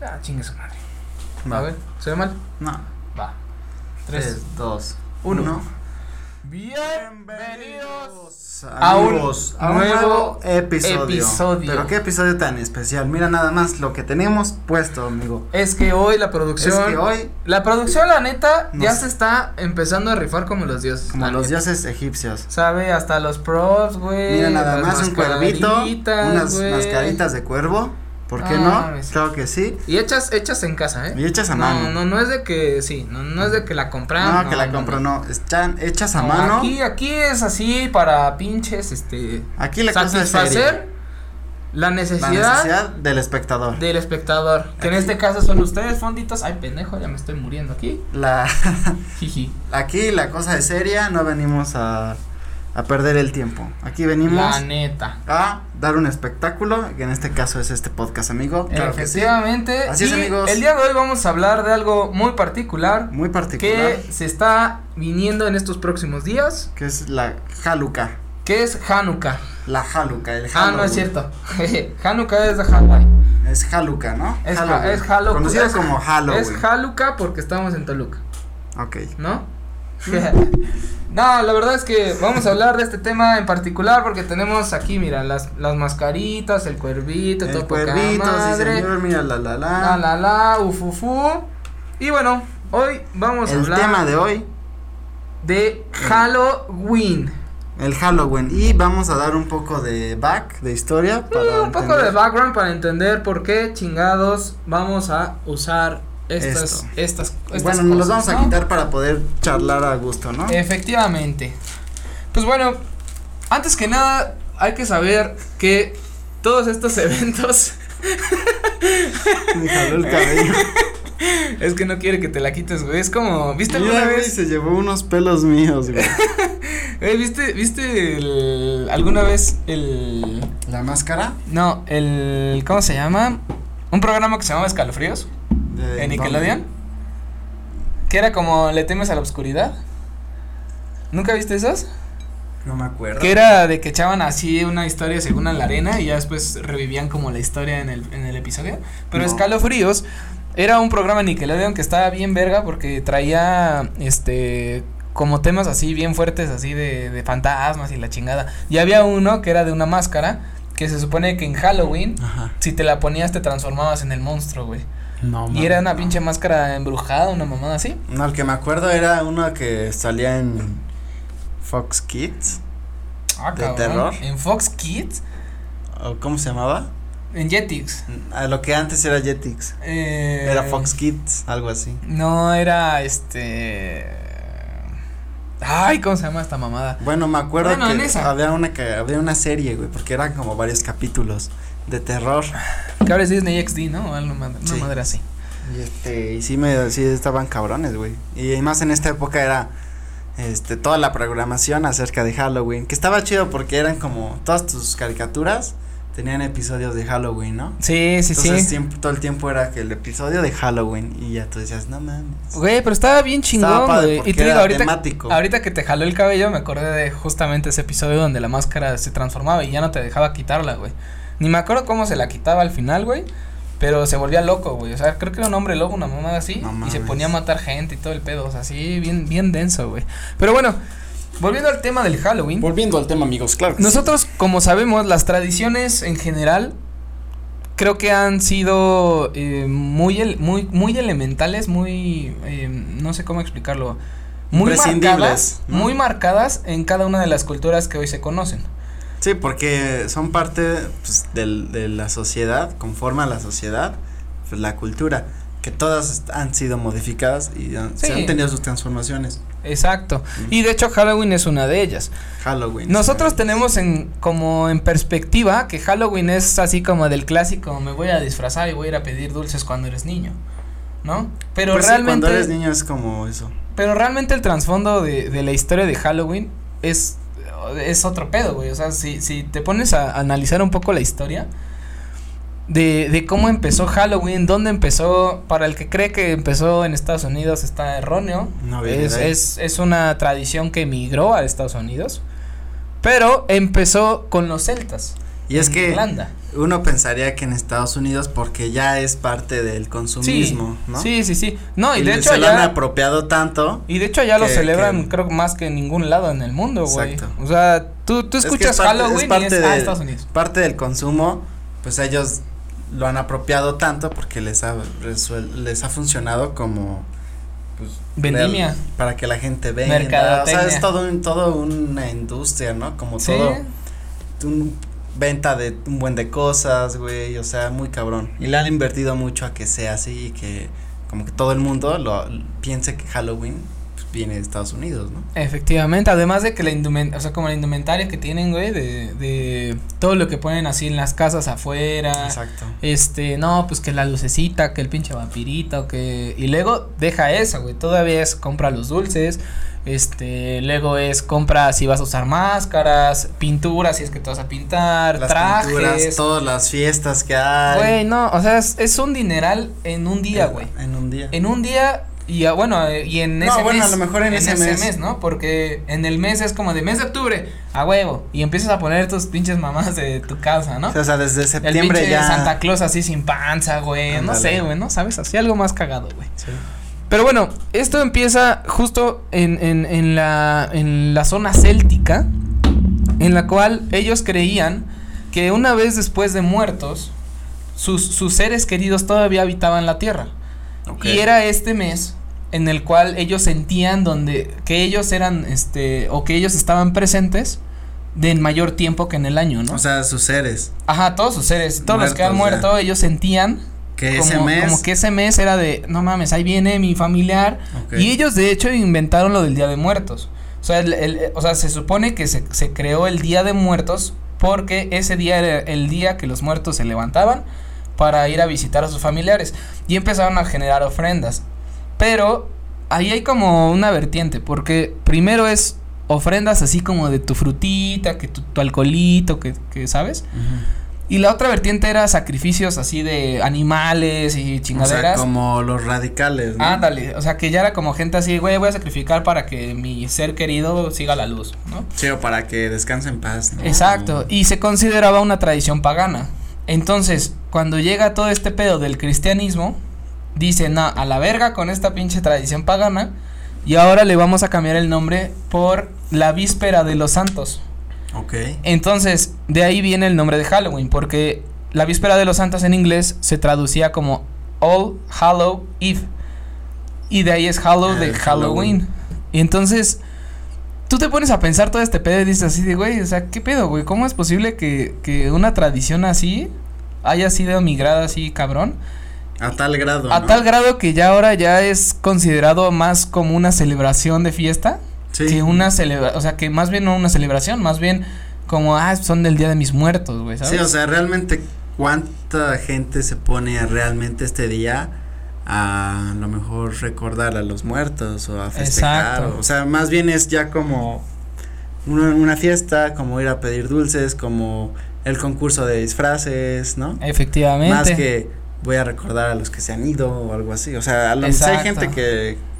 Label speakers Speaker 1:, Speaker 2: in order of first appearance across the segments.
Speaker 1: Ah, chingue su madre.
Speaker 2: Va.
Speaker 1: A ver, ¿se ve mal?
Speaker 2: No.
Speaker 1: Va. 3,
Speaker 2: 3, 2,
Speaker 1: Uno.
Speaker 2: 1.
Speaker 1: Bienvenidos. a un
Speaker 2: amigos, a un,
Speaker 1: nuevo
Speaker 2: nuevo episodio.
Speaker 1: episodio.
Speaker 2: Pero qué episodio tan especial. Mira nada más lo que tenemos puesto, amigo.
Speaker 1: Es que hoy la
Speaker 2: Es
Speaker 1: producción.
Speaker 2: que hoy,
Speaker 1: La producción, la neta, ya
Speaker 2: Nos-
Speaker 1: se está empezando a rifar como los dioses.
Speaker 2: como
Speaker 1: la
Speaker 2: los
Speaker 1: neta.
Speaker 2: dioses egipcios.
Speaker 1: Sabe, hasta los props, güey.
Speaker 2: Mira nada
Speaker 1: Eh, las
Speaker 2: más un cuervito,
Speaker 1: mascaritas,
Speaker 2: unas
Speaker 1: güey.
Speaker 2: mascaritas de cuervo. ¿Por qué
Speaker 1: Ah,
Speaker 2: no?
Speaker 1: mames.
Speaker 2: Claro que sí.
Speaker 1: Y hechas, hechas en casa, ¿eh?
Speaker 2: Y hechas a
Speaker 1: no,
Speaker 2: mano.
Speaker 1: no, no es de que, sí, no, no es de que la compran.
Speaker 2: No, que la compro, no. Están hechas a
Speaker 1: No,
Speaker 2: mano.
Speaker 1: Aquí, aquí es así para pinches, este,
Speaker 2: Aquí la cosa es seria.
Speaker 1: satisfacer la
Speaker 2: La
Speaker 1: necesidad,
Speaker 2: necesidad del espectador.
Speaker 1: del espectador, que en
Speaker 2: Aquí.
Speaker 1: este caso son ustedes, fonditos. Ay, pendejo, ya me estoy muriendo aquí.
Speaker 2: La,
Speaker 1: Jiji.
Speaker 2: aquí la cosa es seria, no venimos a, a perder el tiempo. Aquí venimos
Speaker 1: La neta.
Speaker 2: a dar un espectáculo, que en este caso es este podcast, amigo. Claro que sí.
Speaker 1: Efectivamente.
Speaker 2: Así es,
Speaker 1: y
Speaker 2: amigos.
Speaker 1: El día de hoy vamos a hablar de algo muy particular
Speaker 2: Muy particular.
Speaker 1: que se está viniendo en estos próximos días,
Speaker 2: Que es la Haluca.
Speaker 1: que es Hanukkah.
Speaker 2: La Haluca, el
Speaker 1: Ah, no
Speaker 2: Halloween.
Speaker 1: es cierto. Hanukkah es de Hawái.
Speaker 2: Es Haluca, ¿no?
Speaker 1: Es, ha-
Speaker 2: Halloween.
Speaker 1: es Halloween.
Speaker 2: Conocido
Speaker 1: Es-
Speaker 2: como Halloween.
Speaker 1: Es Hanukkah porque estamos en Toluca,
Speaker 2: ok.
Speaker 1: ¿no? no, la verdad es que vamos a hablar de este tema en particular porque tenemos aquí, mira, las, las mascaritas, el cuervito,
Speaker 2: El
Speaker 1: todo
Speaker 2: cuervito,
Speaker 1: poca
Speaker 2: sí
Speaker 1: madre,
Speaker 2: señor, mira la la la.
Speaker 1: la la la, ufufu. Y bueno, hoy vamos a
Speaker 2: el
Speaker 1: hablar
Speaker 2: tema de hoy,
Speaker 1: de Halloween.
Speaker 2: el Halloween. Y vamos a dar un poco de back, de historia. Para
Speaker 1: Mm, un poco de
Speaker 2: entender.
Speaker 1: background para entender por qué chingados vamos a usar estas,
Speaker 2: Esto.
Speaker 1: estas, estas
Speaker 2: bueno, nos los
Speaker 1: cosas,
Speaker 2: vamos a
Speaker 1: ¿no? Eh.
Speaker 2: quitar para poder charlar a gusto, ¿no?
Speaker 1: Efectivamente. Pues bueno, antes que nada hay que saber que todos estos eventos
Speaker 2: Me jaló el cabello.
Speaker 1: es que no quiere que te la quites, güey. Es como, ¿viste alguna
Speaker 2: Mira, güey,
Speaker 1: vez?
Speaker 2: se llevó unos pelos míos, güey.
Speaker 1: eh, ¿Viste, viste el- alguna vez el
Speaker 2: ¿La máscara?
Speaker 1: no, el ¿cómo se llama? Un programa que se llamaba Escalofríos
Speaker 2: De-
Speaker 1: en Nickelodeon. Que era como Le temes a la oscuridad. ¿Nunca viste esos?
Speaker 2: No me acuerdo.
Speaker 1: Que era de que echaban así una historia según a la arena y ya después revivían como la historia en el, en el episodio. Pero
Speaker 2: No.
Speaker 1: Escalofríos era un programa en Nickelodeon que estaba bien verga porque traía este como temas así bien fuertes así de, de fantasmas y la chingada. Y había uno que era de una máscara que se supone que en Halloween
Speaker 2: Ajá.
Speaker 1: si te la ponías te transformabas en el monstruo, güey.
Speaker 2: No,
Speaker 1: Y era una
Speaker 2: no.
Speaker 1: pinche máscara embrujada, una mamada así.
Speaker 2: No, el que me acuerdo era uno que salía en Fox Kids.
Speaker 1: Ah,
Speaker 2: ¿De terror?
Speaker 1: En Fox Kids,
Speaker 2: ¿O cómo se llamaba?
Speaker 1: en Jetix.
Speaker 2: A lo que antes era Jetix.
Speaker 1: eh,
Speaker 2: Era Fox Kids, algo así.
Speaker 1: No, era este. Ay, ¿cómo se llama esta mamada?
Speaker 2: Bueno, me acuerdo
Speaker 1: Bueno, en
Speaker 2: que
Speaker 1: esa.
Speaker 2: había una que había una serie, güey, porque eran como varios capítulos de terror.
Speaker 1: Que ahora es Disney XD, ¿no? O algo ma- Una
Speaker 2: Sí.
Speaker 1: madre así.
Speaker 2: Y este, y sí me sí estaban cabrones, güey. Y más en esta época era este toda la programación acerca de Halloween, que estaba chido porque eran como todas tus caricaturas tenían episodios de Halloween, ¿no?
Speaker 1: Sí, sí,
Speaker 2: Entonces
Speaker 1: sí.
Speaker 2: siempre- todo el tiempo era que el episodio de Halloween y ya tú decías, "No mames."
Speaker 1: Güey, pero estaba bien chingón,
Speaker 2: padre
Speaker 1: güey.
Speaker 2: porque
Speaker 1: Y te digo,
Speaker 2: era
Speaker 1: ahorita,
Speaker 2: temático.
Speaker 1: ahorita que te jaló el cabello, me acordé de justamente ese episodio donde la máscara se transformaba y ya no te dejaba quitarla, güey. Ni me acuerdo cómo se la quitaba al final, güey. Pero se volvía loco, güey. O sea, creo que era un hombre loco, una mamada así.
Speaker 2: No
Speaker 1: y se
Speaker 2: mames.
Speaker 1: ponía a matar gente y todo el pedo. O sea, así, bien, bien denso, güey. Pero bueno, volviendo al tema del Halloween.
Speaker 2: Volviendo al tema, amigos, claro. que sí.
Speaker 1: Nosotros, como sabemos, las tradiciones en general creo que han sido eh, muy, el- muy, muy elementales, muy, eh, no sé cómo explicarlo, muy
Speaker 2: Imprescindibles,
Speaker 1: marcadas,
Speaker 2: ¿no?
Speaker 1: muy marcadas en cada una de las culturas que hoy se conocen.
Speaker 2: Sí, porque son parte pues, del- de la sociedad, conforman la sociedad, pues, la cultura, que todas est- han sido modificadas y han, se
Speaker 1: Sí.
Speaker 2: han tenido sus transformaciones.
Speaker 1: Exacto.
Speaker 2: Mm.
Speaker 1: Y de hecho Halloween es una de ellas.
Speaker 2: Halloween.
Speaker 1: Nosotros
Speaker 2: sí.
Speaker 1: tenemos en como en perspectiva que Halloween es así como del clásico, me voy a disfrazar y voy a ir a pedir dulces cuando eres niño, ¿no? Pero
Speaker 2: Pues sí,
Speaker 1: realmente
Speaker 2: cuando eres niño es como eso.
Speaker 1: Pero realmente el trasfondo de, de la historia de Halloween es, es otro pedo, güey. O sea, si, si te pones a analizar un poco la historia de, de cómo empezó Halloween, dónde empezó, para el que cree que empezó en Estados Unidos está erróneo.
Speaker 2: No,
Speaker 1: Es,
Speaker 2: ¿verdad?
Speaker 1: es, es una tradición que emigró a Estados Unidos, pero empezó con los celtas.
Speaker 2: Y es
Speaker 1: en
Speaker 2: que
Speaker 1: Irlanda.
Speaker 2: uno pensaría que en Estados Unidos porque ya es parte del consumismo,
Speaker 1: sí,
Speaker 2: ¿no?
Speaker 1: sí, sí, sí. No, y, de hecho
Speaker 2: se lo han
Speaker 1: allá
Speaker 2: apropiado tanto.
Speaker 1: y de hecho allá lo
Speaker 2: que-
Speaker 1: celebran
Speaker 2: que-
Speaker 1: creo más que en ningún lado en el mundo, güey.
Speaker 2: Exacto.
Speaker 1: O sea, tú tú
Speaker 2: Es que es
Speaker 1: escuchas
Speaker 2: parte- es
Speaker 1: Halloween y
Speaker 2: parte
Speaker 1: es ah,
Speaker 2: de-
Speaker 1: Estados Unidos.
Speaker 2: Parte del consumo, pues ellos lo han apropiado tanto porque les ha resuel- les ha funcionado como pues,
Speaker 1: Vendimia.
Speaker 2: real- para que la gente venda, o sea,
Speaker 1: Mercadotecnia.
Speaker 2: es todo un, todo una industria, ¿no? Como
Speaker 1: Sí.
Speaker 2: todo un- venta de un buen de cosas, güey, o sea, muy cabrón. Y le han invertido mucho a que sea así y que como que todo el mundo lo piense que Halloween pues, viene de Estados Unidos, ¿no?
Speaker 1: Efectivamente, además de que la indumentaria, o sea, como la indumentaria que tienen, güey, de, de todo lo que ponen así en las casas afuera.
Speaker 2: Exacto.
Speaker 1: Este, no, pues que la lucecita, que el pinche vampirito, que. Y luego deja eso, güey. Todavía es compra los dulces. Este, luego es compra si vas a usar máscaras, pinturas si es que te vas a pintar,
Speaker 2: Las pinturas,
Speaker 1: trajes.
Speaker 2: todas las fiestas que hay.
Speaker 1: Güey, no, o sea, es, es un dineral en un día,
Speaker 2: En-
Speaker 1: güey.
Speaker 2: En un día.
Speaker 1: En un día y ah, bueno, eh, y en
Speaker 2: No,
Speaker 1: ese
Speaker 2: bueno,
Speaker 1: mes.
Speaker 2: a lo mejor en ese mes.
Speaker 1: ¿no? Porque en el mes es como de mes de octubre, a huevo, y empiezas a poner tus pinches mamás de tu casa, ¿no?
Speaker 2: O sea, desde
Speaker 1: el
Speaker 2: septiembre
Speaker 1: pinche
Speaker 2: ya.
Speaker 1: Santa Claus así sin panza, güey, no
Speaker 2: Ándale.
Speaker 1: sé, güey, ¿no? ¿Sabes? Así algo más cagado, güey.
Speaker 2: Sí.
Speaker 1: Pero bueno, esto empieza justo en, en, en, la, en la zona céltica, en la cual ellos creían que una vez después de muertos, sus, sus seres queridos todavía habitaban la tierra.
Speaker 2: Ok.
Speaker 1: Y era este mes en el cual ellos sentían donde que ellos eran este o que ellos estaban presentes de en mayor tiempo que en el año, ¿no?
Speaker 2: O sea, sus seres.
Speaker 1: Ajá, todos sus seres, todos los que han
Speaker 2: Muertos,
Speaker 1: muerto, ellos sentían
Speaker 2: Que
Speaker 1: como,
Speaker 2: ese mes.
Speaker 1: como que ese mes era de, no mames, ahí viene mi familiar.
Speaker 2: Ok.
Speaker 1: Y ellos de hecho inventaron lo del Día de Muertos. O sea, el- el- o sea se supone que se, se creó el Día de Muertos porque ese día era el día que los muertos se levantaban para ir a visitar a sus familiares. Y empezaron a generar ofrendas. Pero ahí hay como una vertiente, porque primero es ofrendas así como de tu frutita, que tu, tu alcoholito, que, que, ¿sabes?
Speaker 2: Ujú.
Speaker 1: Y la otra vertiente era sacrificios así de animales y
Speaker 2: O sea,
Speaker 1: chingaderas.
Speaker 2: como los radicales. ¿no?
Speaker 1: Ándale, o sea que ya era como gente así, güey, voy a sacrificar para que mi ser querido siga la luz, ¿no?
Speaker 2: Sí, o para que descansen en paz. ¿no?
Speaker 1: Exacto, y se consideraba una tradición pagana. Entonces, cuando llega todo este pedo del cristianismo, dicen, no, a la verga con esta pinche tradición pagana, y ahora le vamos a cambiar el nombre por la víspera de los santos.
Speaker 2: Ok.
Speaker 1: Entonces, de ahí viene el nombre de Halloween, porque la víspera de los santos en inglés se traducía como All Hallow Eve. Y de ahí es Hallow
Speaker 2: Ah,
Speaker 1: de Halloween.
Speaker 2: Halloween.
Speaker 1: Y entonces, tú te pones a pensar todo este pedo y dices así de, güey, o sea, ¿qué pedo, güey? ¿Cómo es posible que, que una tradición así haya sido migrada así, cabrón?
Speaker 2: A tal grado.
Speaker 1: A
Speaker 2: ¿no?
Speaker 1: tal grado que ya ahora ya es considerado más como una celebración de fiesta
Speaker 2: Sí.
Speaker 1: que una celebración, o sea, que más bien no una celebración, más bien como, ah, son del Día de mis Muertos, güey, ¿sabes?
Speaker 2: Sí, o sea, realmente cuánta gente se pone realmente este día a, lo mejor recordar a los muertos o a festejar.
Speaker 1: Exacto.
Speaker 2: O, sea, más bien es ya como una, una fiesta, como ir a pedir dulces, como el concurso de disfraces, ¿no?
Speaker 1: Efectivamente.
Speaker 2: Más que voy a recordar a los que se han ido o algo así. O sea, a lo mejor hay
Speaker 1: Exacto.
Speaker 2: gente que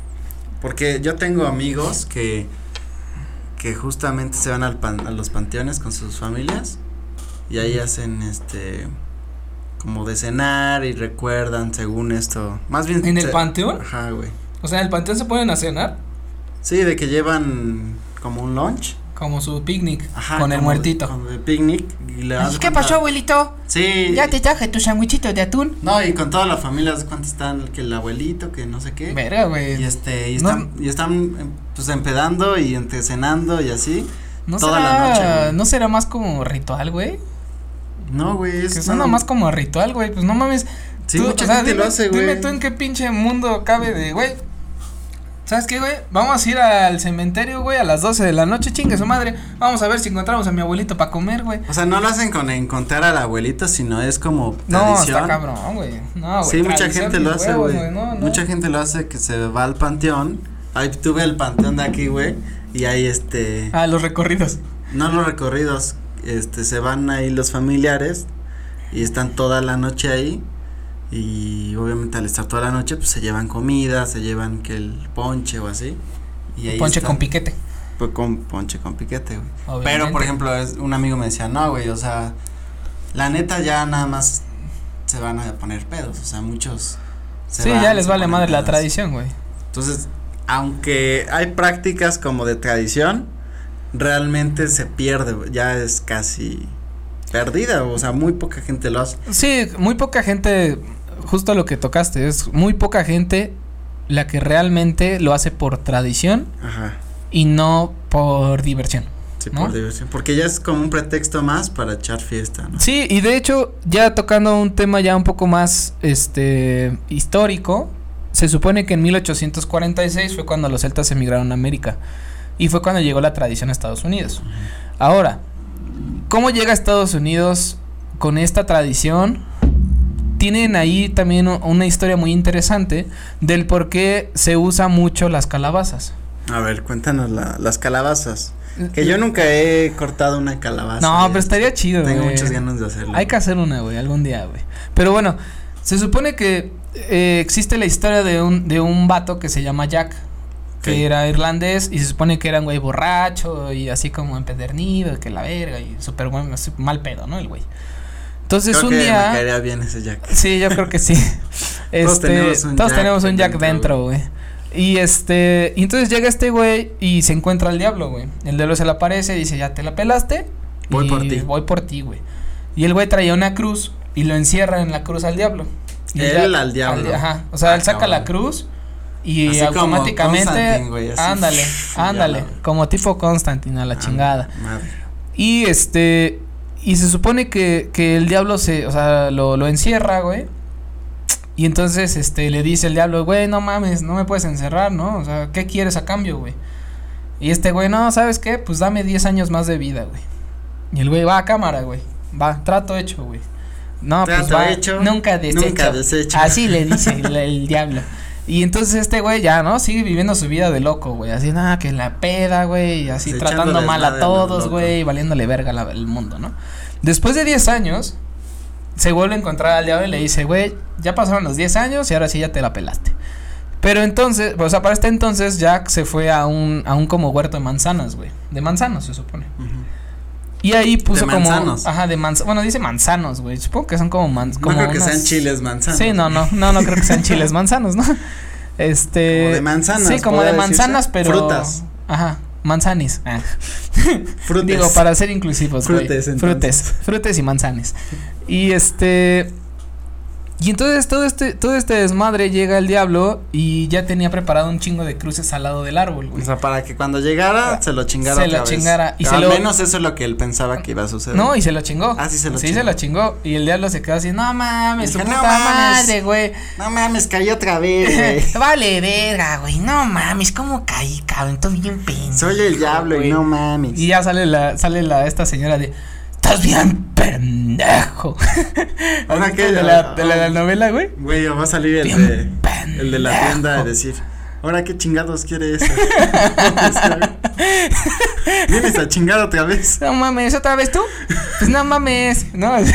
Speaker 2: porque yo tengo amigos que que justamente se van al pan- a los panteones con sus familias y ahí hacen este como de cenar y recuerdan según esto. Más bien
Speaker 1: ¿En el
Speaker 2: se-
Speaker 1: panteón?
Speaker 2: Ajá, güey.
Speaker 1: O sea, en el panteón se ponen a cenar
Speaker 2: Sí, de que llevan como un lunch.
Speaker 1: como su picnic
Speaker 2: Ajá.
Speaker 1: con el
Speaker 2: como de-
Speaker 1: muertito.
Speaker 2: Como de picnic. y le vas a contar-
Speaker 1: abuelito?
Speaker 2: Sí.
Speaker 1: traje tu sandwichito de atún.
Speaker 2: No, y con toda la familia, ¿cuántos están? Que el abuelito, que no sé qué.
Speaker 1: Verga,
Speaker 2: Y
Speaker 1: güey.
Speaker 2: este, y
Speaker 1: No-
Speaker 2: están, y están em, pues empedando y ente- cenando y así.
Speaker 1: ¿No,
Speaker 2: toda
Speaker 1: será,
Speaker 2: la noche, güey.
Speaker 1: ¿No será más como ritual, güey?
Speaker 2: No, güey, es
Speaker 1: Que suena más como ritual, güey. Pues no mames.
Speaker 2: Sí,
Speaker 1: Tú,
Speaker 2: mucha
Speaker 1: o sea,
Speaker 2: gente
Speaker 1: dime,
Speaker 2: lo hace,
Speaker 1: Dime
Speaker 2: güey.
Speaker 1: tú en qué pinche mundo cabe de, güey. ¿Sabes qué, güey? Vamos a ir al cementerio, güey, a las 12 de la noche, chingue su madre. Vamos a ver si encontramos a mi abuelito para comer, güey.
Speaker 2: O sea, no lo hacen con encontrar al abuelito, sino es como
Speaker 1: No,
Speaker 2: tradición.
Speaker 1: está cabrón, güey. No, güey.
Speaker 2: sí, mucha
Speaker 1: tradición
Speaker 2: gente
Speaker 1: ni
Speaker 2: lo hace,
Speaker 1: huevos,
Speaker 2: güey.
Speaker 1: no, no.
Speaker 2: Mucha gente lo hace que se va al panteón. Ahí tuve el panteón de aquí, güey. Y ahí este.
Speaker 1: Ah, los recorridos.
Speaker 2: No los recorridos, este, se van ahí los familiares y están toda la noche ahí y obviamente al estar toda la noche pues se llevan comida, se llevan que el ponche o así. Y ahí
Speaker 1: Ponche
Speaker 2: están,
Speaker 1: con piquete.
Speaker 2: pues, con ponche con piquete, güey.
Speaker 1: obviamente.
Speaker 2: Pero por ejemplo, es, un amigo me decía, "No, güey, o sea, la neta ya nada más se van a poner pedos, o sea, muchos. se
Speaker 1: sí,
Speaker 2: van,
Speaker 1: ya les
Speaker 2: se
Speaker 1: vale
Speaker 2: ponen
Speaker 1: madre la
Speaker 2: pedos.
Speaker 1: tradición, güey.
Speaker 2: Entonces, aunque hay prácticas como de tradición, realmente se pierde, güey, ya es casi perdida, o sea, muy poca gente lo hace.
Speaker 1: Sí, muy poca gente, justo lo que tocaste, es muy poca gente la que realmente lo hace por tradición
Speaker 2: Ajá.
Speaker 1: y no por diversión.
Speaker 2: Sí,
Speaker 1: ¿No?
Speaker 2: por diversión, porque ya es como un pretexto más para echar fiesta, ¿no?
Speaker 1: Sí, y de hecho, ya tocando un tema ya un poco más este histórico, se supone que en 1846 fue cuando los celtas emigraron a América y fue cuando llegó la tradición a Estados Unidos. Ahora, ¿cómo llega a Estados Unidos con esta tradición? Tienen ahí también u- una historia muy interesante del por qué se usa mucho las calabazas.
Speaker 2: A ver, cuéntanos la- las calabazas. Que yo nunca he cortado una calabaza.
Speaker 1: Eh, No,
Speaker 2: eh.
Speaker 1: pero estaría chido.
Speaker 2: Tengo
Speaker 1: güey.
Speaker 2: muchas ganas de hacerlo.
Speaker 1: Hay que hacer una, güey, algún día, güey. Pero bueno, se supone que eh, existe la historia de un, de un vato que se llama Jack, que
Speaker 2: Ok.
Speaker 1: era irlandés y se supone que era un güey borracho y así como empedernido, que la verga y súper buen- así, mal pedo, ¿no? El güey. Entonces
Speaker 2: Creo
Speaker 1: un
Speaker 2: que
Speaker 1: día...
Speaker 2: me caería bien ese Jack.
Speaker 1: Sí, yo creo que sí. Este,
Speaker 2: Todos tenemos un
Speaker 1: todos
Speaker 2: Jack
Speaker 1: tenemos un Jack dentro,
Speaker 2: dentro,
Speaker 1: güey. Y este, y entonces llega este güey y se encuentra al diablo, güey. El diablo se le aparece y dice, ya te la pelaste.
Speaker 2: Voy
Speaker 1: y
Speaker 2: por ti.
Speaker 1: Voy por ti, güey. Y el güey traía una cruz y lo encierra en la cruz al diablo. Y
Speaker 2: Él
Speaker 1: ya-
Speaker 2: al diablo.
Speaker 1: ajá. O sea,
Speaker 2: Ah,
Speaker 1: él saca
Speaker 2: cabrón.
Speaker 1: la cruz y
Speaker 2: Así como
Speaker 1: automáticamente.
Speaker 2: Constantine, güey, así,
Speaker 1: ándale,
Speaker 2: ya la-
Speaker 1: ándale. Como tipo Constantine a la
Speaker 2: Ah,
Speaker 1: chingada.
Speaker 2: Madre.
Speaker 1: Y este. Y se supone que, que el diablo se. O sea, lo, lo encierra, güey. Y entonces, este, le dice el diablo, güey, no mames, no me puedes encerrar, ¿no? O sea, ¿qué quieres a cambio, güey? Y este güey, no, ¿sabes qué? Pues dame 10 años más de vida, güey. Y el güey va a cámara, güey. Va, trato hecho, güey. No, pues
Speaker 2: Trato
Speaker 1: va,
Speaker 2: hecho,
Speaker 1: nunca deshecho.
Speaker 2: Nunca desecho.
Speaker 1: Así le dice el, el diablo. Y entonces este güey ya, ¿no? Sigue viviendo su vida de loco, güey. Así, nada, que la peda, güey. Y así
Speaker 2: Sí,
Speaker 1: tratando
Speaker 2: echándoles
Speaker 1: mal
Speaker 2: madre
Speaker 1: a
Speaker 2: a los
Speaker 1: todos,
Speaker 2: locos.
Speaker 1: güey. y Valiéndole verga la- el mundo, ¿no? Después de 10 años, se vuelve a encontrar al diablo y le dice, güey, ya pasaron los 10 años y ahora sí ya te la pelaste. Pero entonces, o sea, para este entonces Jack se fue a un, a un como huerto de manzanas, güey. De manzanos, se supone.
Speaker 2: Ujú.
Speaker 1: Y ahí puso como.
Speaker 2: manzanos.
Speaker 1: Ajá, de manzanos. Bueno, dice manzanos, güey. Supongo que son como manzanos.
Speaker 2: No creo que sean chiles manzanas.
Speaker 1: Sí, no, no, no, no creo que sean chiles manzanos, ¿no? Este.
Speaker 2: Como de manzanas,
Speaker 1: Sí, como de
Speaker 2: podría decirse.
Speaker 1: manzanas, pero.
Speaker 2: Frutas.
Speaker 1: Ajá, manzanis. Ah.
Speaker 2: Frutes.
Speaker 1: Digo, para ser inclusivos, güey.
Speaker 2: Frutes, entonces.
Speaker 1: Frutes, frutes y manzanes. Y este. Y entonces todo este, todo este desmadre llega el diablo y ya tenía preparado un chingo de cruces al lado del árbol,
Speaker 2: O
Speaker 1: güey.
Speaker 2: sea, para que cuando llegara se lo
Speaker 1: Ah,
Speaker 2: chingara
Speaker 1: Se
Speaker 2: otra
Speaker 1: lo
Speaker 2: vez.
Speaker 1: chingara, y
Speaker 2: O
Speaker 1: se
Speaker 2: al
Speaker 1: lo-
Speaker 2: menos eso es lo que él pensaba que iba a suceder.
Speaker 1: No, y se lo chingó.
Speaker 2: Ah, sí se lo
Speaker 1: sí,
Speaker 2: chingó.
Speaker 1: se lo chingó. Y el diablo se quedó así, no mames, su
Speaker 2: Dije,
Speaker 1: puta
Speaker 2: "No mames".
Speaker 1: madre, güey.
Speaker 2: No mames, cayó otra vez,
Speaker 1: vale, verga, güey. No mames, ¿cómo caí, cabrón? Todo bien pendejo.
Speaker 2: güey. Soy el diablo
Speaker 1: güey.
Speaker 2: y no mames.
Speaker 1: Y ya sale la, sale la, esta señora de. Estás bien pendejo.
Speaker 2: Ahora que
Speaker 1: de la, de la, de la novela, güey.
Speaker 2: Güey, va a salir el
Speaker 1: Bien
Speaker 2: de, el de la tienda a decir, ahora qué chingados quiere eso. Vienes a chingar otra vez.
Speaker 1: No mames, otra vez tú. Pues no mames. No, así-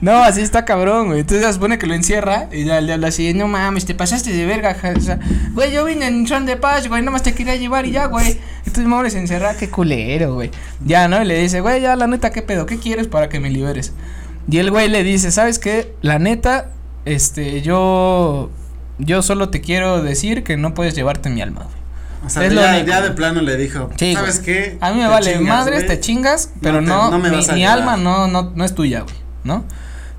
Speaker 1: no así está cabrón, güey. Entonces se supone que lo encierra y ya le habla así, no mames, te pasaste de verga. ja- o sea, güey, yo vine en son de paz, güey, nomás te quería llevar y ya, güey. Y tus madres encerrar, qué culero, güey. Ya, ¿no? Y le dice, güey, ya la neta, qué pedo, ¿qué quieres para que me liberes? Y el güey le dice, ¿sabes qué? La neta, este, yo. Yo solo te quiero decir que no puedes llevarte mi alma, güey.
Speaker 2: O sea,
Speaker 1: Es lo
Speaker 2: ya,
Speaker 1: único.
Speaker 2: ya de plano le dijo,
Speaker 1: Sí,
Speaker 2: ¿sabes
Speaker 1: güey.
Speaker 2: qué?
Speaker 1: A mí me
Speaker 2: Te
Speaker 1: vale este
Speaker 2: chingas,
Speaker 1: madres,
Speaker 2: güey.
Speaker 1: te chingas, pero
Speaker 2: te-
Speaker 1: no,
Speaker 2: no me
Speaker 1: mi,
Speaker 2: vas a
Speaker 1: mi
Speaker 2: ayudar.
Speaker 1: alma no, no, no es tuya, güey, ¿no?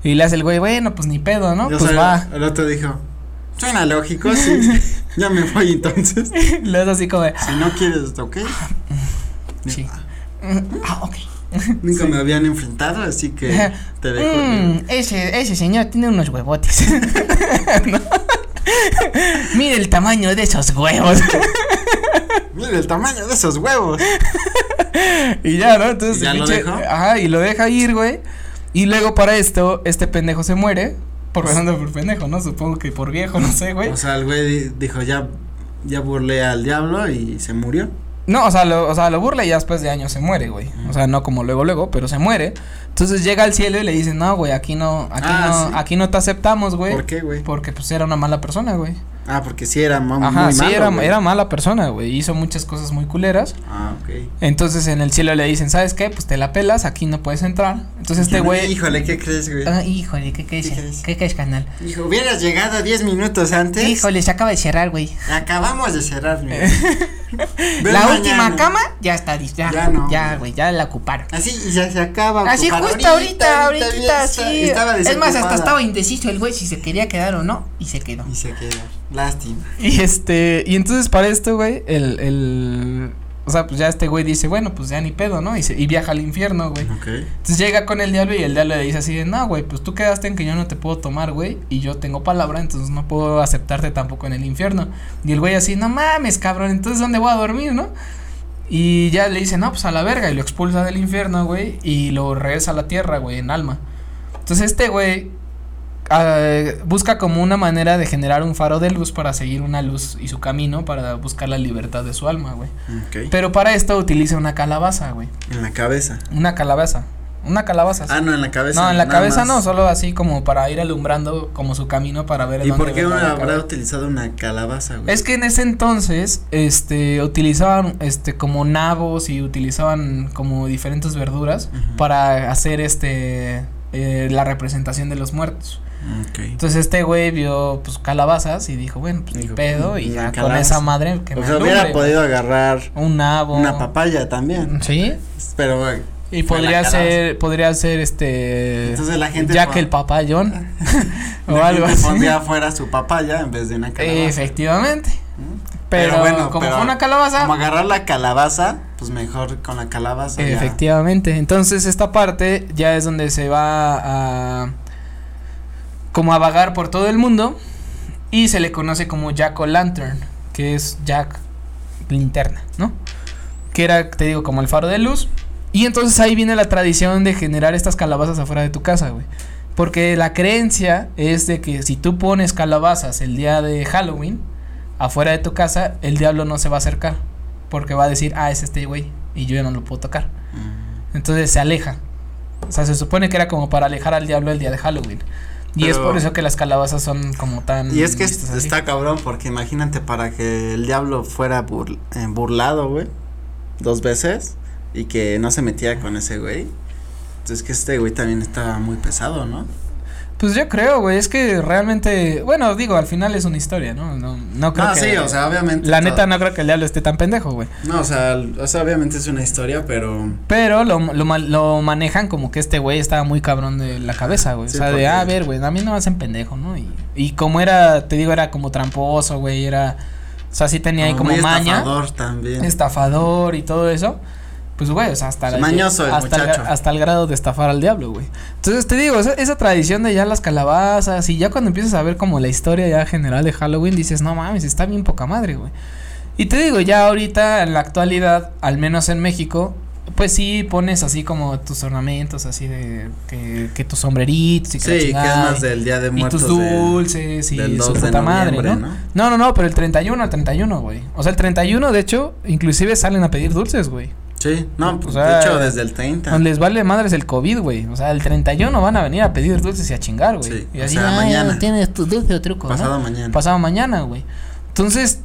Speaker 1: Y le hace el güey, bueno, pues ni pedo, ¿no?
Speaker 2: Yo
Speaker 1: pues
Speaker 2: soy-
Speaker 1: va.
Speaker 2: El otro dijo, suena lógico, sí. ya me voy entonces.
Speaker 1: le hace así como de,
Speaker 2: Si no quieres, ¿ok?
Speaker 1: sí. Mm, Ah, ok.
Speaker 2: Nunca me habían enfrentado, así que te dejo.
Speaker 1: Mm, ese, ese señor tiene unos huevotes. ¿No? Mire el tamaño de esos huevos. Mm.
Speaker 2: Mira el tamaño de esos huevos.
Speaker 1: y ya, ¿no? Entonces,
Speaker 2: ¿Y ya
Speaker 1: el
Speaker 2: lo dejó?
Speaker 1: Ajá, y lo deja ir, güey. Y luego para esto, este pendejo se muere. Por pensando por pendejo, ¿no? Supongo que por viejo, no sé, güey.
Speaker 2: O sea, el güey di- dijo, ya, ya burlé al diablo y se murió.
Speaker 1: No, o sea, lo, o sea, lo burla y ya después de años se muere, güey. O sea, no como luego, luego, pero se muere. Entonces llega al cielo y le dice, no, güey, aquí no, aquí
Speaker 2: Ah,
Speaker 1: no,
Speaker 2: sí.
Speaker 1: aquí no te aceptamos, güey.
Speaker 2: ¿Por qué, güey?
Speaker 1: Porque pues era una mala persona, güey.
Speaker 2: Ah, porque sí era ma-
Speaker 1: Ajá,
Speaker 2: muy
Speaker 1: sí,
Speaker 2: malo,
Speaker 1: era,
Speaker 2: güey.
Speaker 1: era mala persona, güey. Hizo muchas cosas muy culeras.
Speaker 2: Ah, ok.
Speaker 1: Entonces en el cielo le dicen, ¿sabes qué? Pues te la pelas, aquí no puedes entrar. Entonces este güey.
Speaker 2: Híjole, ¿qué crees, güey?
Speaker 1: Ah, híjole, ¿qué crees?
Speaker 2: ¿Qué crees?
Speaker 1: ¿Qué crees, canal?
Speaker 2: Hijo, hubieras llegado 10 minutos antes.
Speaker 1: Híjole, se acaba de cerrar, güey.
Speaker 2: Acabamos de cerrar, mira. Ven
Speaker 1: La
Speaker 2: mañana.
Speaker 1: última cama ya está lista.
Speaker 2: Ya no,
Speaker 1: Ya,
Speaker 2: güey.
Speaker 1: güey, ya la ocuparon.
Speaker 2: Así y ya se acaba.
Speaker 1: Así
Speaker 2: compadre.
Speaker 1: justo ahorita, ahorita,
Speaker 2: ya está-
Speaker 1: sí.
Speaker 2: Estaba
Speaker 1: es más, hasta
Speaker 2: desocupada.
Speaker 1: estaba indeciso el güey si se quería quedar o no, y se quedó.
Speaker 2: Y se quedó. Lástima.
Speaker 1: Y este, y entonces para esto, güey, el, el, o sea, pues ya este güey dice, bueno, pues ya ni pedo, ¿no? Y, se- y viaja al infierno, güey.
Speaker 2: Ok.
Speaker 1: Entonces llega con el diablo y el diablo le dice así de, no, güey, pues tú quedaste en que yo no te puedo tomar, güey, y yo tengo palabra, entonces no puedo aceptarte tampoco en el infierno. Y el güey así, no mames, cabrón, entonces ¿dónde voy a dormir, no? Y ya le dice, no, pues a la verga, y lo expulsa del infierno, güey, y lo regresa a la tierra, güey, en alma. Entonces este güey ah, busca como una manera de generar un faro de luz para seguir una luz y su camino para buscar la libertad de su alma, güey.
Speaker 2: Ok.
Speaker 1: Pero para esto utiliza una calabaza, güey.
Speaker 2: En la cabeza.
Speaker 1: Una calabaza. Una calabaza. sí.
Speaker 2: Ah, no, en la cabeza.
Speaker 1: No, en la
Speaker 2: nada
Speaker 1: cabeza
Speaker 2: más.
Speaker 1: no, solo así como para ir alumbrando como su camino para ver
Speaker 2: ¿Y
Speaker 1: dónde
Speaker 2: por qué
Speaker 1: va la
Speaker 2: habrá
Speaker 1: cabeza.
Speaker 2: utilizado una calabaza, güey?
Speaker 1: Es que en ese entonces, este, utilizaban, este, como nabos y utilizaban como diferentes verduras
Speaker 2: Ujú.
Speaker 1: para hacer, este, eh, la representación de los muertos.
Speaker 2: Ok.
Speaker 1: Entonces este güey vio, pues, calabazas y dijo, bueno, pues, ni
Speaker 2: Dijo,
Speaker 1: pedo y
Speaker 2: una
Speaker 1: ya con
Speaker 2: calabaza.
Speaker 1: esa madre que
Speaker 2: O
Speaker 1: me
Speaker 2: sea,
Speaker 1: alumbre, Mm.
Speaker 2: hubiera
Speaker 1: güey.
Speaker 2: podido agarrar
Speaker 1: un nabo.
Speaker 2: una papaya también.
Speaker 1: Sí.
Speaker 2: Pero, eh, güey,
Speaker 1: Y
Speaker 2: Fue la
Speaker 1: podría
Speaker 2: calabaza.
Speaker 1: ser, podría ser, este,
Speaker 2: entonces la gente.
Speaker 1: Jack
Speaker 2: pon-
Speaker 1: el papayón o
Speaker 2: la
Speaker 1: algo
Speaker 2: gente
Speaker 1: así.
Speaker 2: pondría afuera su papaya en vez de una calabaza.
Speaker 1: Efectivamente.
Speaker 2: ¿Mm?
Speaker 1: Pero,
Speaker 2: Pero bueno,
Speaker 1: como
Speaker 2: pero-
Speaker 1: fue una calabaza,
Speaker 2: Como agarrar la calabaza, pues mejor con la calabaza. ya.
Speaker 1: efectivamente. Entonces esta parte ya es donde se va a como a vagar por todo el mundo y se le conoce como Jack o Lantern, que es Jack linterna, ¿no? Que era, te digo, como el faro de luz. Y entonces ahí viene la tradición de generar estas calabazas afuera de tu casa, güey. Porque la creencia es de que si tú pones calabazas el día de Halloween afuera de tu casa, el diablo no se va a acercar. Porque va a decir, ah, es este güey. Y yo ya no lo puedo tocar.
Speaker 2: Mm.
Speaker 1: Entonces se aleja. O sea, se supone que era como para alejar al diablo el día de Halloween. Y es
Speaker 2: Pero-
Speaker 1: por eso que las calabazas son como tan.
Speaker 2: Y es que
Speaker 1: vistas
Speaker 2: es-
Speaker 1: así.
Speaker 2: está cabrón porque imagínate para que el diablo fuera burl- eh, burlado, güey, dos veces y que no se metía con ese güey. Entonces que este güey también estaba muy pesado, ¿no?
Speaker 1: Pues yo creo, güey. Es que realmente. Bueno, digo, al final es una historia, ¿no? No, no creo
Speaker 2: No,
Speaker 1: que.
Speaker 2: Ah, sí, o sea, obviamente.
Speaker 1: La
Speaker 2: todo-
Speaker 1: neta, no creo que el diablo esté tan pendejo, güey.
Speaker 2: No, o sea, l- o sea, obviamente es una historia, pero.
Speaker 1: Pero lo, lo, ma- lo manejan como que este güey estaba muy cabrón de la cabeza, güey.
Speaker 2: Sí,
Speaker 1: o sea,
Speaker 2: porque-
Speaker 1: de, ah, a ver, güey, a mí no me hacen pendejo, ¿no? Y, y como era, te digo, era como tramposo, güey, era. O sea, sí tenía ahí como
Speaker 2: Ah, muy
Speaker 1: maña.
Speaker 2: Estafador también.
Speaker 1: estafador y todo eso. Pues, güey, o sea, hasta,
Speaker 2: Es mañoso el
Speaker 1: hasta,
Speaker 2: muchacho.
Speaker 1: hasta el grado de estafar al diablo, güey. Entonces, te digo, esa, esa tradición de ya las calabazas y ya cuando empiezas a ver como la historia ya general de Halloween, dices, no mames, está bien poca madre, güey. Y te digo, ya ahorita, en la actualidad, al menos en México, pues sí pones así como tus ornamentos, así de que, que tus sombreritos y que
Speaker 2: Sí,
Speaker 1: la
Speaker 2: que es
Speaker 1: chingada,
Speaker 2: más del día de
Speaker 1: y
Speaker 2: muertos.
Speaker 1: tus
Speaker 2: del-
Speaker 1: dulces
Speaker 2: del
Speaker 1: y su
Speaker 2: 2 de
Speaker 1: puta madre,
Speaker 2: noviembre,
Speaker 1: ¿no?
Speaker 2: ¿no?
Speaker 1: No, no, no, pero el 31 al 31, güey. O sea, el 31, de hecho, inclusive salen a pedir dulces, güey.
Speaker 2: Sí, no,
Speaker 1: O
Speaker 2: pues de
Speaker 1: sea,
Speaker 2: hecho desde el 30.
Speaker 1: Les vale madres el COVID, güey. O sea, el 31 van a venir a pedir dulces y a chingar, güey.
Speaker 2: Sí,
Speaker 1: y
Speaker 2: o sea, mañana.
Speaker 1: tienes tu dulce o truco,
Speaker 2: pasado
Speaker 1: ¿no?
Speaker 2: mañana.
Speaker 1: Pasado mañana, güey. Entonces,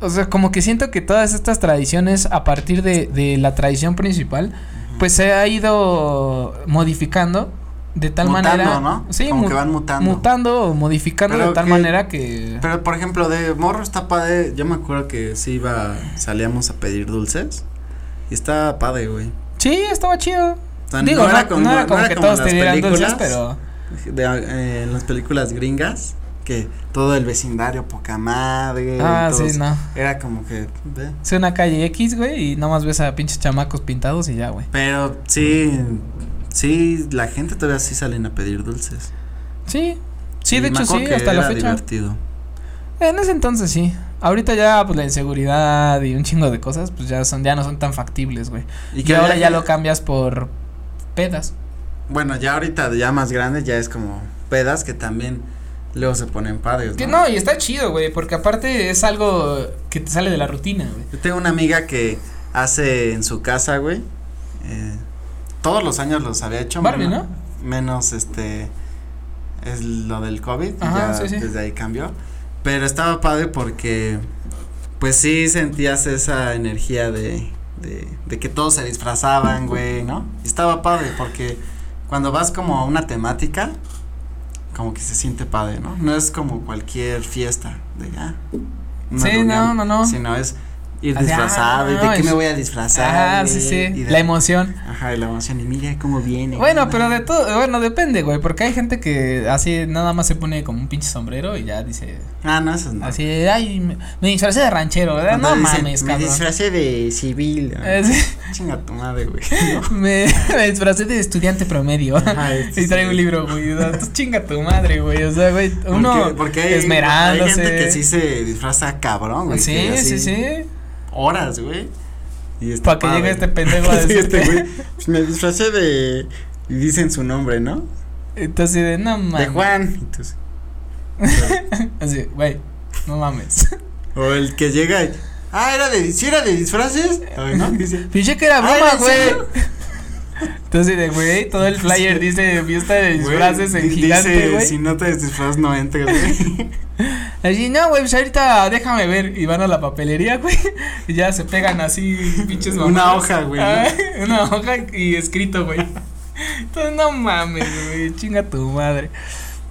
Speaker 1: o sea, como que siento que todas estas tradiciones, a partir de, de la tradición principal,
Speaker 2: Ujú.
Speaker 1: pues se ha ido modificando de tal
Speaker 2: mutando,
Speaker 1: manera.
Speaker 2: ¿no?
Speaker 1: Sí,
Speaker 2: como
Speaker 1: mu-
Speaker 2: que van mutando.
Speaker 1: mutando o modificando
Speaker 2: Pero
Speaker 1: de tal
Speaker 2: que-
Speaker 1: manera que.
Speaker 2: Pero por ejemplo, de morro está padre. Yo me acuerdo que sí iba, salíamos a pedir dulces. Y está padre, güey.
Speaker 1: Sí, estaba chido.
Speaker 2: O sea,
Speaker 1: Digo, no, no era como,
Speaker 2: no era
Speaker 1: que
Speaker 2: como
Speaker 1: todos
Speaker 2: las
Speaker 1: te dieran dulces,
Speaker 2: películas
Speaker 1: pero.
Speaker 2: de, eh, en las películas gringas, que todo el vecindario, poca madre. y
Speaker 1: Ah,
Speaker 2: eh, todos-
Speaker 1: sí, no.
Speaker 2: Era como que. ve.
Speaker 1: Es una calle X, güey, y nomás ves a pinches chamacos pintados y ya, güey.
Speaker 2: Pero sí, sí, la gente todavía sí salen a pedir dulces.
Speaker 1: Sí. Sí,
Speaker 2: Y
Speaker 1: de
Speaker 2: me
Speaker 1: hecho sí,
Speaker 2: acuerdo que
Speaker 1: hasta la
Speaker 2: era
Speaker 1: fecha.
Speaker 2: divertido.
Speaker 1: En ese entonces sí. Ahorita ya pues la inseguridad y un chingo de cosas pues ya son ya no son tan factibles, güey. Y que ahora ya
Speaker 2: había que-
Speaker 1: lo cambias por pedas.
Speaker 2: Bueno, ya ahorita, ya más grande, ya es como pedas que también luego se ponen padres.
Speaker 1: Que
Speaker 2: ¿no?
Speaker 1: no, y está chido, güey, porque aparte es algo que te sale de la rutina, güey.
Speaker 2: Yo tengo una amiga que hace en su casa, güey. eh, todos los años los había hecho.
Speaker 1: Barbie,
Speaker 2: menos-
Speaker 1: ¿no?
Speaker 2: Menos este. Es lo del COVID.
Speaker 1: Ajá,
Speaker 2: ya
Speaker 1: sí, sí.
Speaker 2: Desde ahí cambió. Pero estaba padre porque, pues sí sentías esa energía de, de, de que todos se disfrazaban, güey, ¿no? Y estaba padre porque cuando vas como a una temática, como que se siente padre, ¿no? No es como cualquier fiesta de ya.
Speaker 1: Sí, no, no, no.
Speaker 2: Sino es ir
Speaker 1: Ah, sí, ah,
Speaker 2: disfrazado y
Speaker 1: no,
Speaker 2: de qué
Speaker 1: es-
Speaker 2: me voy a disfrazar.
Speaker 1: Ajá, Ah, sí,
Speaker 2: güey, y
Speaker 1: sí.
Speaker 2: de-
Speaker 1: La emoción.
Speaker 2: Ajá, y la emoción. Y mira cómo viene.
Speaker 1: Bueno,
Speaker 2: ¿no?
Speaker 1: pero de todo, bueno, depende, güey, porque hay gente que así nada más se pone como un pinche sombrero y ya dice,
Speaker 2: Ah, no, eso no.
Speaker 1: así, ay, me, me disfracé de ranchero, ¿verdad?
Speaker 2: Cuando
Speaker 1: No
Speaker 2: dicen,
Speaker 1: mames,
Speaker 2: Me
Speaker 1: cabrón.
Speaker 2: disfracé de civil. ¿no?
Speaker 1: Eh, sí,
Speaker 2: Chinga tu madre, güey.
Speaker 1: me, me disfracé de estudiante promedio.
Speaker 2: Ajá, este,
Speaker 1: Y traigo un
Speaker 2: sí.
Speaker 1: libro, güey. o sea, tú chinga tu madre, güey. O sea, güey,
Speaker 2: Porque-
Speaker 1: uno
Speaker 2: porque hay,
Speaker 1: esmerándose.
Speaker 2: hay gente que sí se disfraza cabrón, güey.
Speaker 1: sí,
Speaker 2: que
Speaker 1: sí,
Speaker 2: así
Speaker 1: sí.
Speaker 2: Horas, güey. Y
Speaker 1: Pa'
Speaker 2: está
Speaker 1: que llegue
Speaker 2: padre.
Speaker 1: este pendejo a
Speaker 2: Sí, este
Speaker 1: decirte.
Speaker 2: güey, pues, me disfracé de y dicen su nombre, ¿no?
Speaker 1: Entonces, de no mames.
Speaker 2: De Juan. Entonces,
Speaker 1: Así, güey, no mames.
Speaker 2: o el que llega y, ah, era de, sí era de disfraces. Ay, ¿no? Dice,
Speaker 1: Pinche que era
Speaker 2: "Ah,
Speaker 1: broma,
Speaker 2: ¿era en serio?"
Speaker 1: güey. Entonces, de güey, todo el flyer dice fiesta de
Speaker 2: Güey,
Speaker 1: disfraces
Speaker 2: di-
Speaker 1: en gigante,
Speaker 2: dice,
Speaker 1: güey.
Speaker 2: si no te disfrazas no entras, güey.
Speaker 1: Así, no, güey, pues ahorita déjame ver. Y van a la papelería, güey. Y ya se pegan así, pinches
Speaker 2: Una
Speaker 1: mamadas.
Speaker 2: hoja, güey,
Speaker 1: Ah, Una hoja y escrito, güey. Entonces, no mames, güey. Chinga tu madre.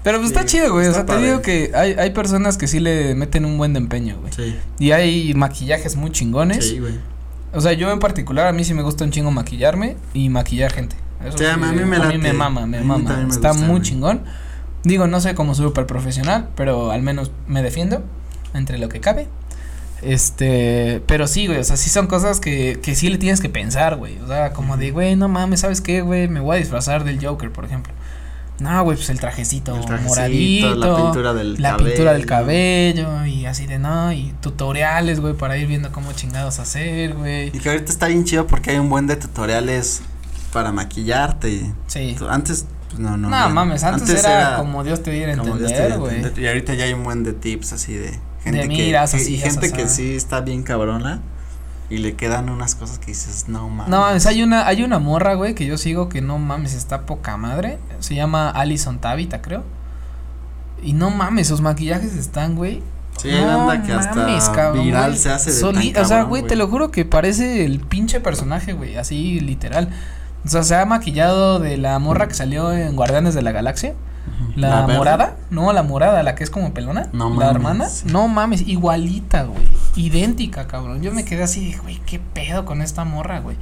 Speaker 1: Pero pues está
Speaker 2: Sí,
Speaker 1: chido, güey. O
Speaker 2: está
Speaker 1: sea, te
Speaker 2: padre.
Speaker 1: digo que hay, hay personas que sí le meten un buen de empeño, güey.
Speaker 2: Sí,
Speaker 1: Y hay maquillajes muy chingones.
Speaker 2: sí, güey.
Speaker 1: O sea, yo en particular, a mí sí me gusta un chingo maquillarme y maquillar gente. Eso
Speaker 2: Sí, a mí me late.
Speaker 1: mama,
Speaker 2: A
Speaker 1: me
Speaker 2: mí
Speaker 1: mama.
Speaker 2: también me
Speaker 1: Está
Speaker 2: gusta,
Speaker 1: muy
Speaker 2: güey.
Speaker 1: chingón. Digo, no soy como súper profesional, pero al menos me defiendo entre lo que cabe. Este, pero sí, güey, o sea, sí son cosas que, que sí le tienes que pensar, güey. O sea, como de, güey, no mames, ¿sabes qué, güey? Me voy a disfrazar del Joker, por ejemplo. No, güey, pues el trajecito,
Speaker 2: El trajecito,
Speaker 1: moradito.
Speaker 2: la pintura del
Speaker 1: La
Speaker 2: cabello.
Speaker 1: pintura del cabello y así de no, y tutoriales, güey, para ir viendo cómo chingados hacer, güey.
Speaker 2: Y que ahorita está bien chido porque hay un buen de tutoriales para maquillarte. y-
Speaker 1: Sí.
Speaker 2: Antes, pues no, no.
Speaker 1: No,
Speaker 2: güey.
Speaker 1: mames, antes, era, como Dios te diera a
Speaker 2: como Dios te
Speaker 1: entender,
Speaker 2: dio a
Speaker 1: güey.
Speaker 2: entender. Y ahorita ya hay un buen de tips así de gente que,
Speaker 1: miras,
Speaker 2: que-
Speaker 1: así,
Speaker 2: y gente
Speaker 1: asasá.
Speaker 2: que sí está bien cabrona y le quedan unas cosas que dices, no mames.
Speaker 1: No mames, hay una, hay una morra, güey, que yo sigo que no mames, está poca madre. Se llama Alison Tabita, creo. Y no mames, sus maquillajes están, güey.
Speaker 2: Sí, hay
Speaker 1: no
Speaker 2: banda que hasta
Speaker 1: cabrón,
Speaker 2: viral
Speaker 1: güey.
Speaker 2: se hace de
Speaker 1: Soli-
Speaker 2: tan
Speaker 1: O sea,
Speaker 2: cabrón,
Speaker 1: güey, te lo juro que parece el pinche personaje, güey, así literal. O sea, se ha maquillado de la morra que salió en Guardianes de la Galaxia.
Speaker 2: Ujú.
Speaker 1: La,
Speaker 2: verde.
Speaker 1: morada, no, la morada, la que es como pelona.
Speaker 2: No
Speaker 1: la
Speaker 2: mames.
Speaker 1: hermana. No mames, igualita, güey. Idéntica, cabrón. Yo me quedé así, de, güey, qué pedo con esta morra, güey.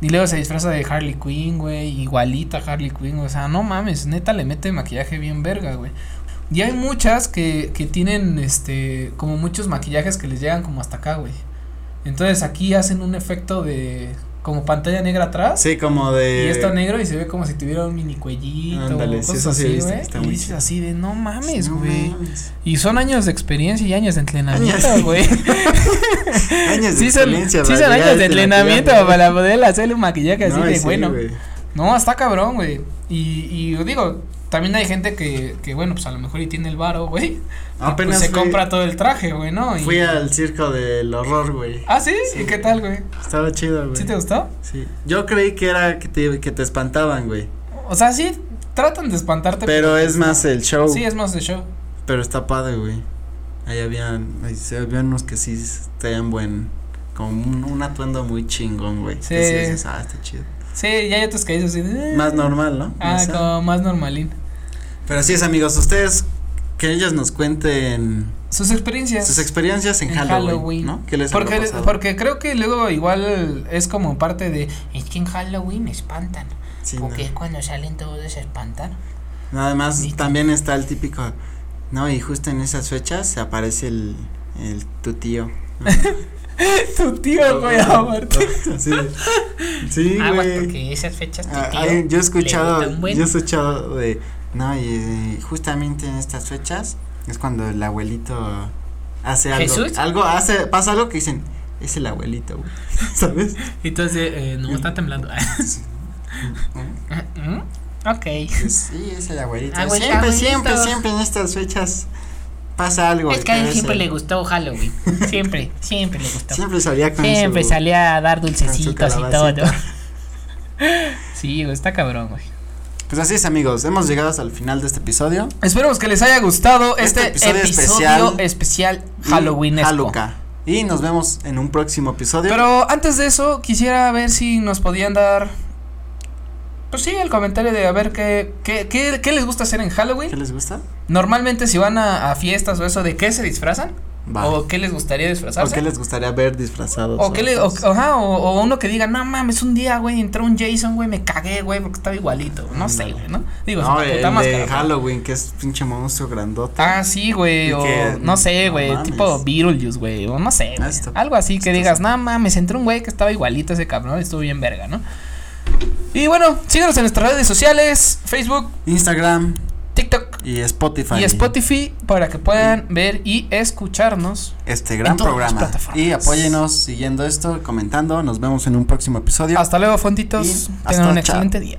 Speaker 1: Y luego se disfraza de Harley Quinn, güey. Igualita a Harley Quinn, o sea, no mames, neta le mete maquillaje bien verga, güey. Y hay muchas que, que tienen, este, como muchos maquillajes que les llegan como hasta acá, güey. Entonces aquí hacen un efecto de, como pantalla negra atrás.
Speaker 2: Sí, como de
Speaker 1: Y esto negro y se ve como si tuviera un mini cuellito.
Speaker 2: Eh, Ándale, sí,
Speaker 1: cosas
Speaker 2: eso sí he
Speaker 1: así,
Speaker 2: visto que
Speaker 1: güey.
Speaker 2: está
Speaker 1: Y
Speaker 2: muy
Speaker 1: dices
Speaker 2: chido.
Speaker 1: así de no mames,
Speaker 2: No
Speaker 1: güey.
Speaker 2: mames.
Speaker 1: y son años de experiencia y años de entrenamiento,
Speaker 2: Años.
Speaker 1: güey.
Speaker 2: Años de
Speaker 1: sí, son,
Speaker 2: experiencia,
Speaker 1: sí son
Speaker 2: para llegar a
Speaker 1: años de
Speaker 2: este
Speaker 1: entrenamiento
Speaker 2: maquillaje.
Speaker 1: para poder hacerle un maquillaje así
Speaker 2: No, y
Speaker 1: de
Speaker 2: sí,
Speaker 1: bueno. Pues
Speaker 2: güey.
Speaker 1: No, está cabrón, güey. Y, y yo digo, también hay gente que, que, bueno, pues a lo mejor y tiene el varo, güey. y,
Speaker 2: Apenas
Speaker 1: pues, se
Speaker 2: fui-
Speaker 1: compra todo el traje, güey, ¿no? Y-
Speaker 2: Fui al circo del horror, güey.
Speaker 1: Ah, ¿sí?
Speaker 2: Sí.
Speaker 1: ¿Y qué tal, güey?
Speaker 2: Estaba chido, güey.
Speaker 1: ¿Sí te gustó?
Speaker 2: Sí. Yo creí que era que te, que te espantaban, güey.
Speaker 1: O sea, sí, tratan de espantarte.
Speaker 2: Pero es más el show.
Speaker 1: Sí, es más de show.
Speaker 2: Pero está padre, güey. Ahí habían, ahí se habían unos que sí estaban buen, como un, un atuendo muy chingón, güey.
Speaker 1: Sí.
Speaker 2: Que sí dices, ah, está chido.
Speaker 1: Sí, ya hay otros que dices así. de, "Eh,
Speaker 2: Más normal, ¿no?
Speaker 1: Ah,
Speaker 2: No sé.
Speaker 1: como más normalín.
Speaker 2: Pero así es, amigos, ustedes que ellos nos cuenten
Speaker 1: Sus experiencias.
Speaker 2: sus experiencias en,
Speaker 1: En
Speaker 2: Halloween,
Speaker 1: Halloween.
Speaker 2: ¿no? ¿Qué les habrá
Speaker 1: porque,
Speaker 2: pasado?
Speaker 1: porque creo que luego igual es como parte de. Es que en Halloween espantan.
Speaker 2: Sí, no.
Speaker 1: porque es cuando salen todos se espantan.
Speaker 2: Nada más
Speaker 1: Ni-
Speaker 2: también está el típico, no, y justo en esas fechas se aparece el, el tu tío.
Speaker 1: tu tío, güey, aparte.
Speaker 2: Sí, sí,
Speaker 1: Aguas,
Speaker 2: güey.
Speaker 1: Ah, porque esas fechas tu
Speaker 2: Ah,
Speaker 1: tío
Speaker 2: ay, yo he
Speaker 1: le gusta
Speaker 2: escuchado,
Speaker 1: un buen.
Speaker 2: yo he escuchado de, no, y eh, justamente en estas fechas es cuando el abuelito hace algo,
Speaker 1: ¿Jesús?
Speaker 2: algo hace, pasa algo que dicen, es el abuelito, güey", ¿sabes?
Speaker 1: Entonces, eh, no está temblando. ¿Mm? ok.
Speaker 2: Pues sí, es el abuelito.
Speaker 1: Abuelito,
Speaker 2: siempre, siempre,
Speaker 1: abuelito.
Speaker 2: siempre en estas fechas pasa algo. y que es el-
Speaker 1: gustó Halloween. Siempre, siempre le gustó.
Speaker 2: Siempre salía con
Speaker 1: Siempre
Speaker 2: su-
Speaker 1: salía a dar
Speaker 2: con su
Speaker 1: dulcecitos y todo.
Speaker 2: calabacita.
Speaker 1: sí, güey, está cabrón, güey.
Speaker 2: Pues así es, amigos. Hemos llegado hasta el final de este episodio.
Speaker 1: Esperemos que les haya gustado este,
Speaker 2: Este
Speaker 1: episodio, especial,
Speaker 2: episodio especial- Y
Speaker 1: Halloween.
Speaker 2: Haluca. Y nos vemos en un próximo episodio.
Speaker 1: Pero antes de eso, quisiera ver si nos podían dar. Pues sí, el comentario de a ver qué, qué, qué, qué les gusta hacer en
Speaker 2: ¿Qué
Speaker 1: Halloween.
Speaker 2: les gusta?
Speaker 1: Normalmente, si van a, a fiestas o eso, ¿de qué se disfrazan?
Speaker 2: Va.
Speaker 1: ¿O qué les gustaría
Speaker 2: ¿O
Speaker 1: disfrazarse?
Speaker 2: qué les gustaría ver disfrazados?
Speaker 1: O, que le, o,
Speaker 2: ahorita?
Speaker 1: ajá, o, o uno que diga, no mames, un día, güey, entró un Jason, güey, me cagué, güey, porque estaba igualito. No sé,
Speaker 2: Ándale.
Speaker 1: güey, ¿no? Digo,
Speaker 2: Mm. No,
Speaker 1: es una
Speaker 2: el
Speaker 1: puta
Speaker 2: de
Speaker 1: máscara. pero-
Speaker 2: Halloween, que es pinche monstruo grandote.
Speaker 1: Ah, sí, güey,
Speaker 2: Y
Speaker 1: o
Speaker 2: que,
Speaker 1: no sé,
Speaker 2: no
Speaker 1: güey,
Speaker 2: mames.
Speaker 1: tipo Beetlejuice, güey, o no sé,
Speaker 2: Ah,
Speaker 1: güey,
Speaker 2: está-
Speaker 1: algo así que
Speaker 2: está-
Speaker 1: digas, no mames, entró un güey que estaba igualito ese cabrón, estuvo bien verga, ¿no? Y bueno, síganos en nuestras redes sociales, Facebook,
Speaker 2: Instagram
Speaker 1: TikTok
Speaker 2: y Spotify.
Speaker 1: y Spotify para que puedan ver y escucharnos.
Speaker 2: Este gran
Speaker 1: En todas las
Speaker 2: programa.
Speaker 1: plataformas.
Speaker 2: Y apóyenos siguiendo esto, comentando. Nos vemos en un próximo episodio.
Speaker 1: Hasta luego, fontitos.
Speaker 2: Y
Speaker 1: Tengan
Speaker 2: hasta
Speaker 1: un
Speaker 2: chao.
Speaker 1: excelente día.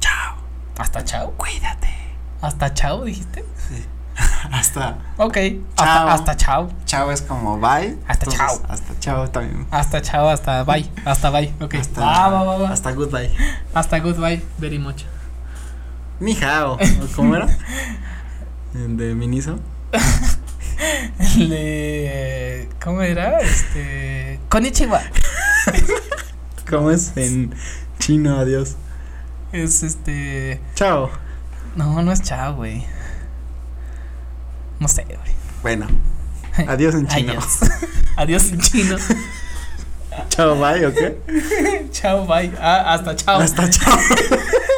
Speaker 2: Chao.
Speaker 1: Hasta chao.
Speaker 2: Cuídate.
Speaker 1: Hasta chao, dijiste.
Speaker 2: Hasta.
Speaker 1: Ok.
Speaker 2: Chao.
Speaker 1: Hasta, hasta chao.
Speaker 2: Chao es como bye.
Speaker 1: Hasta chao.
Speaker 2: Hasta chao también.
Speaker 1: Hasta chao, hasta bye. Hasta bye. Ok.
Speaker 2: Hasta,
Speaker 1: va, va, va, va. Hasta,
Speaker 2: hasta goodbye.
Speaker 1: goodbye. Very much.
Speaker 2: Mi jao. ¿Cómo era? El De Miniso.
Speaker 1: Le- ¿Cómo era? Este. Konnichiwa.
Speaker 2: ¿Cómo es en chino? Adiós.
Speaker 1: Es este.
Speaker 2: Chao.
Speaker 1: No, no es chao, güey. No sé, güey.
Speaker 2: Bueno. Adiós en chino.
Speaker 1: Adiós. Adiós en chino.
Speaker 2: Chao, bye, ¿o qué?
Speaker 1: chao, bye. Ah, hasta chao.
Speaker 2: Hasta chao.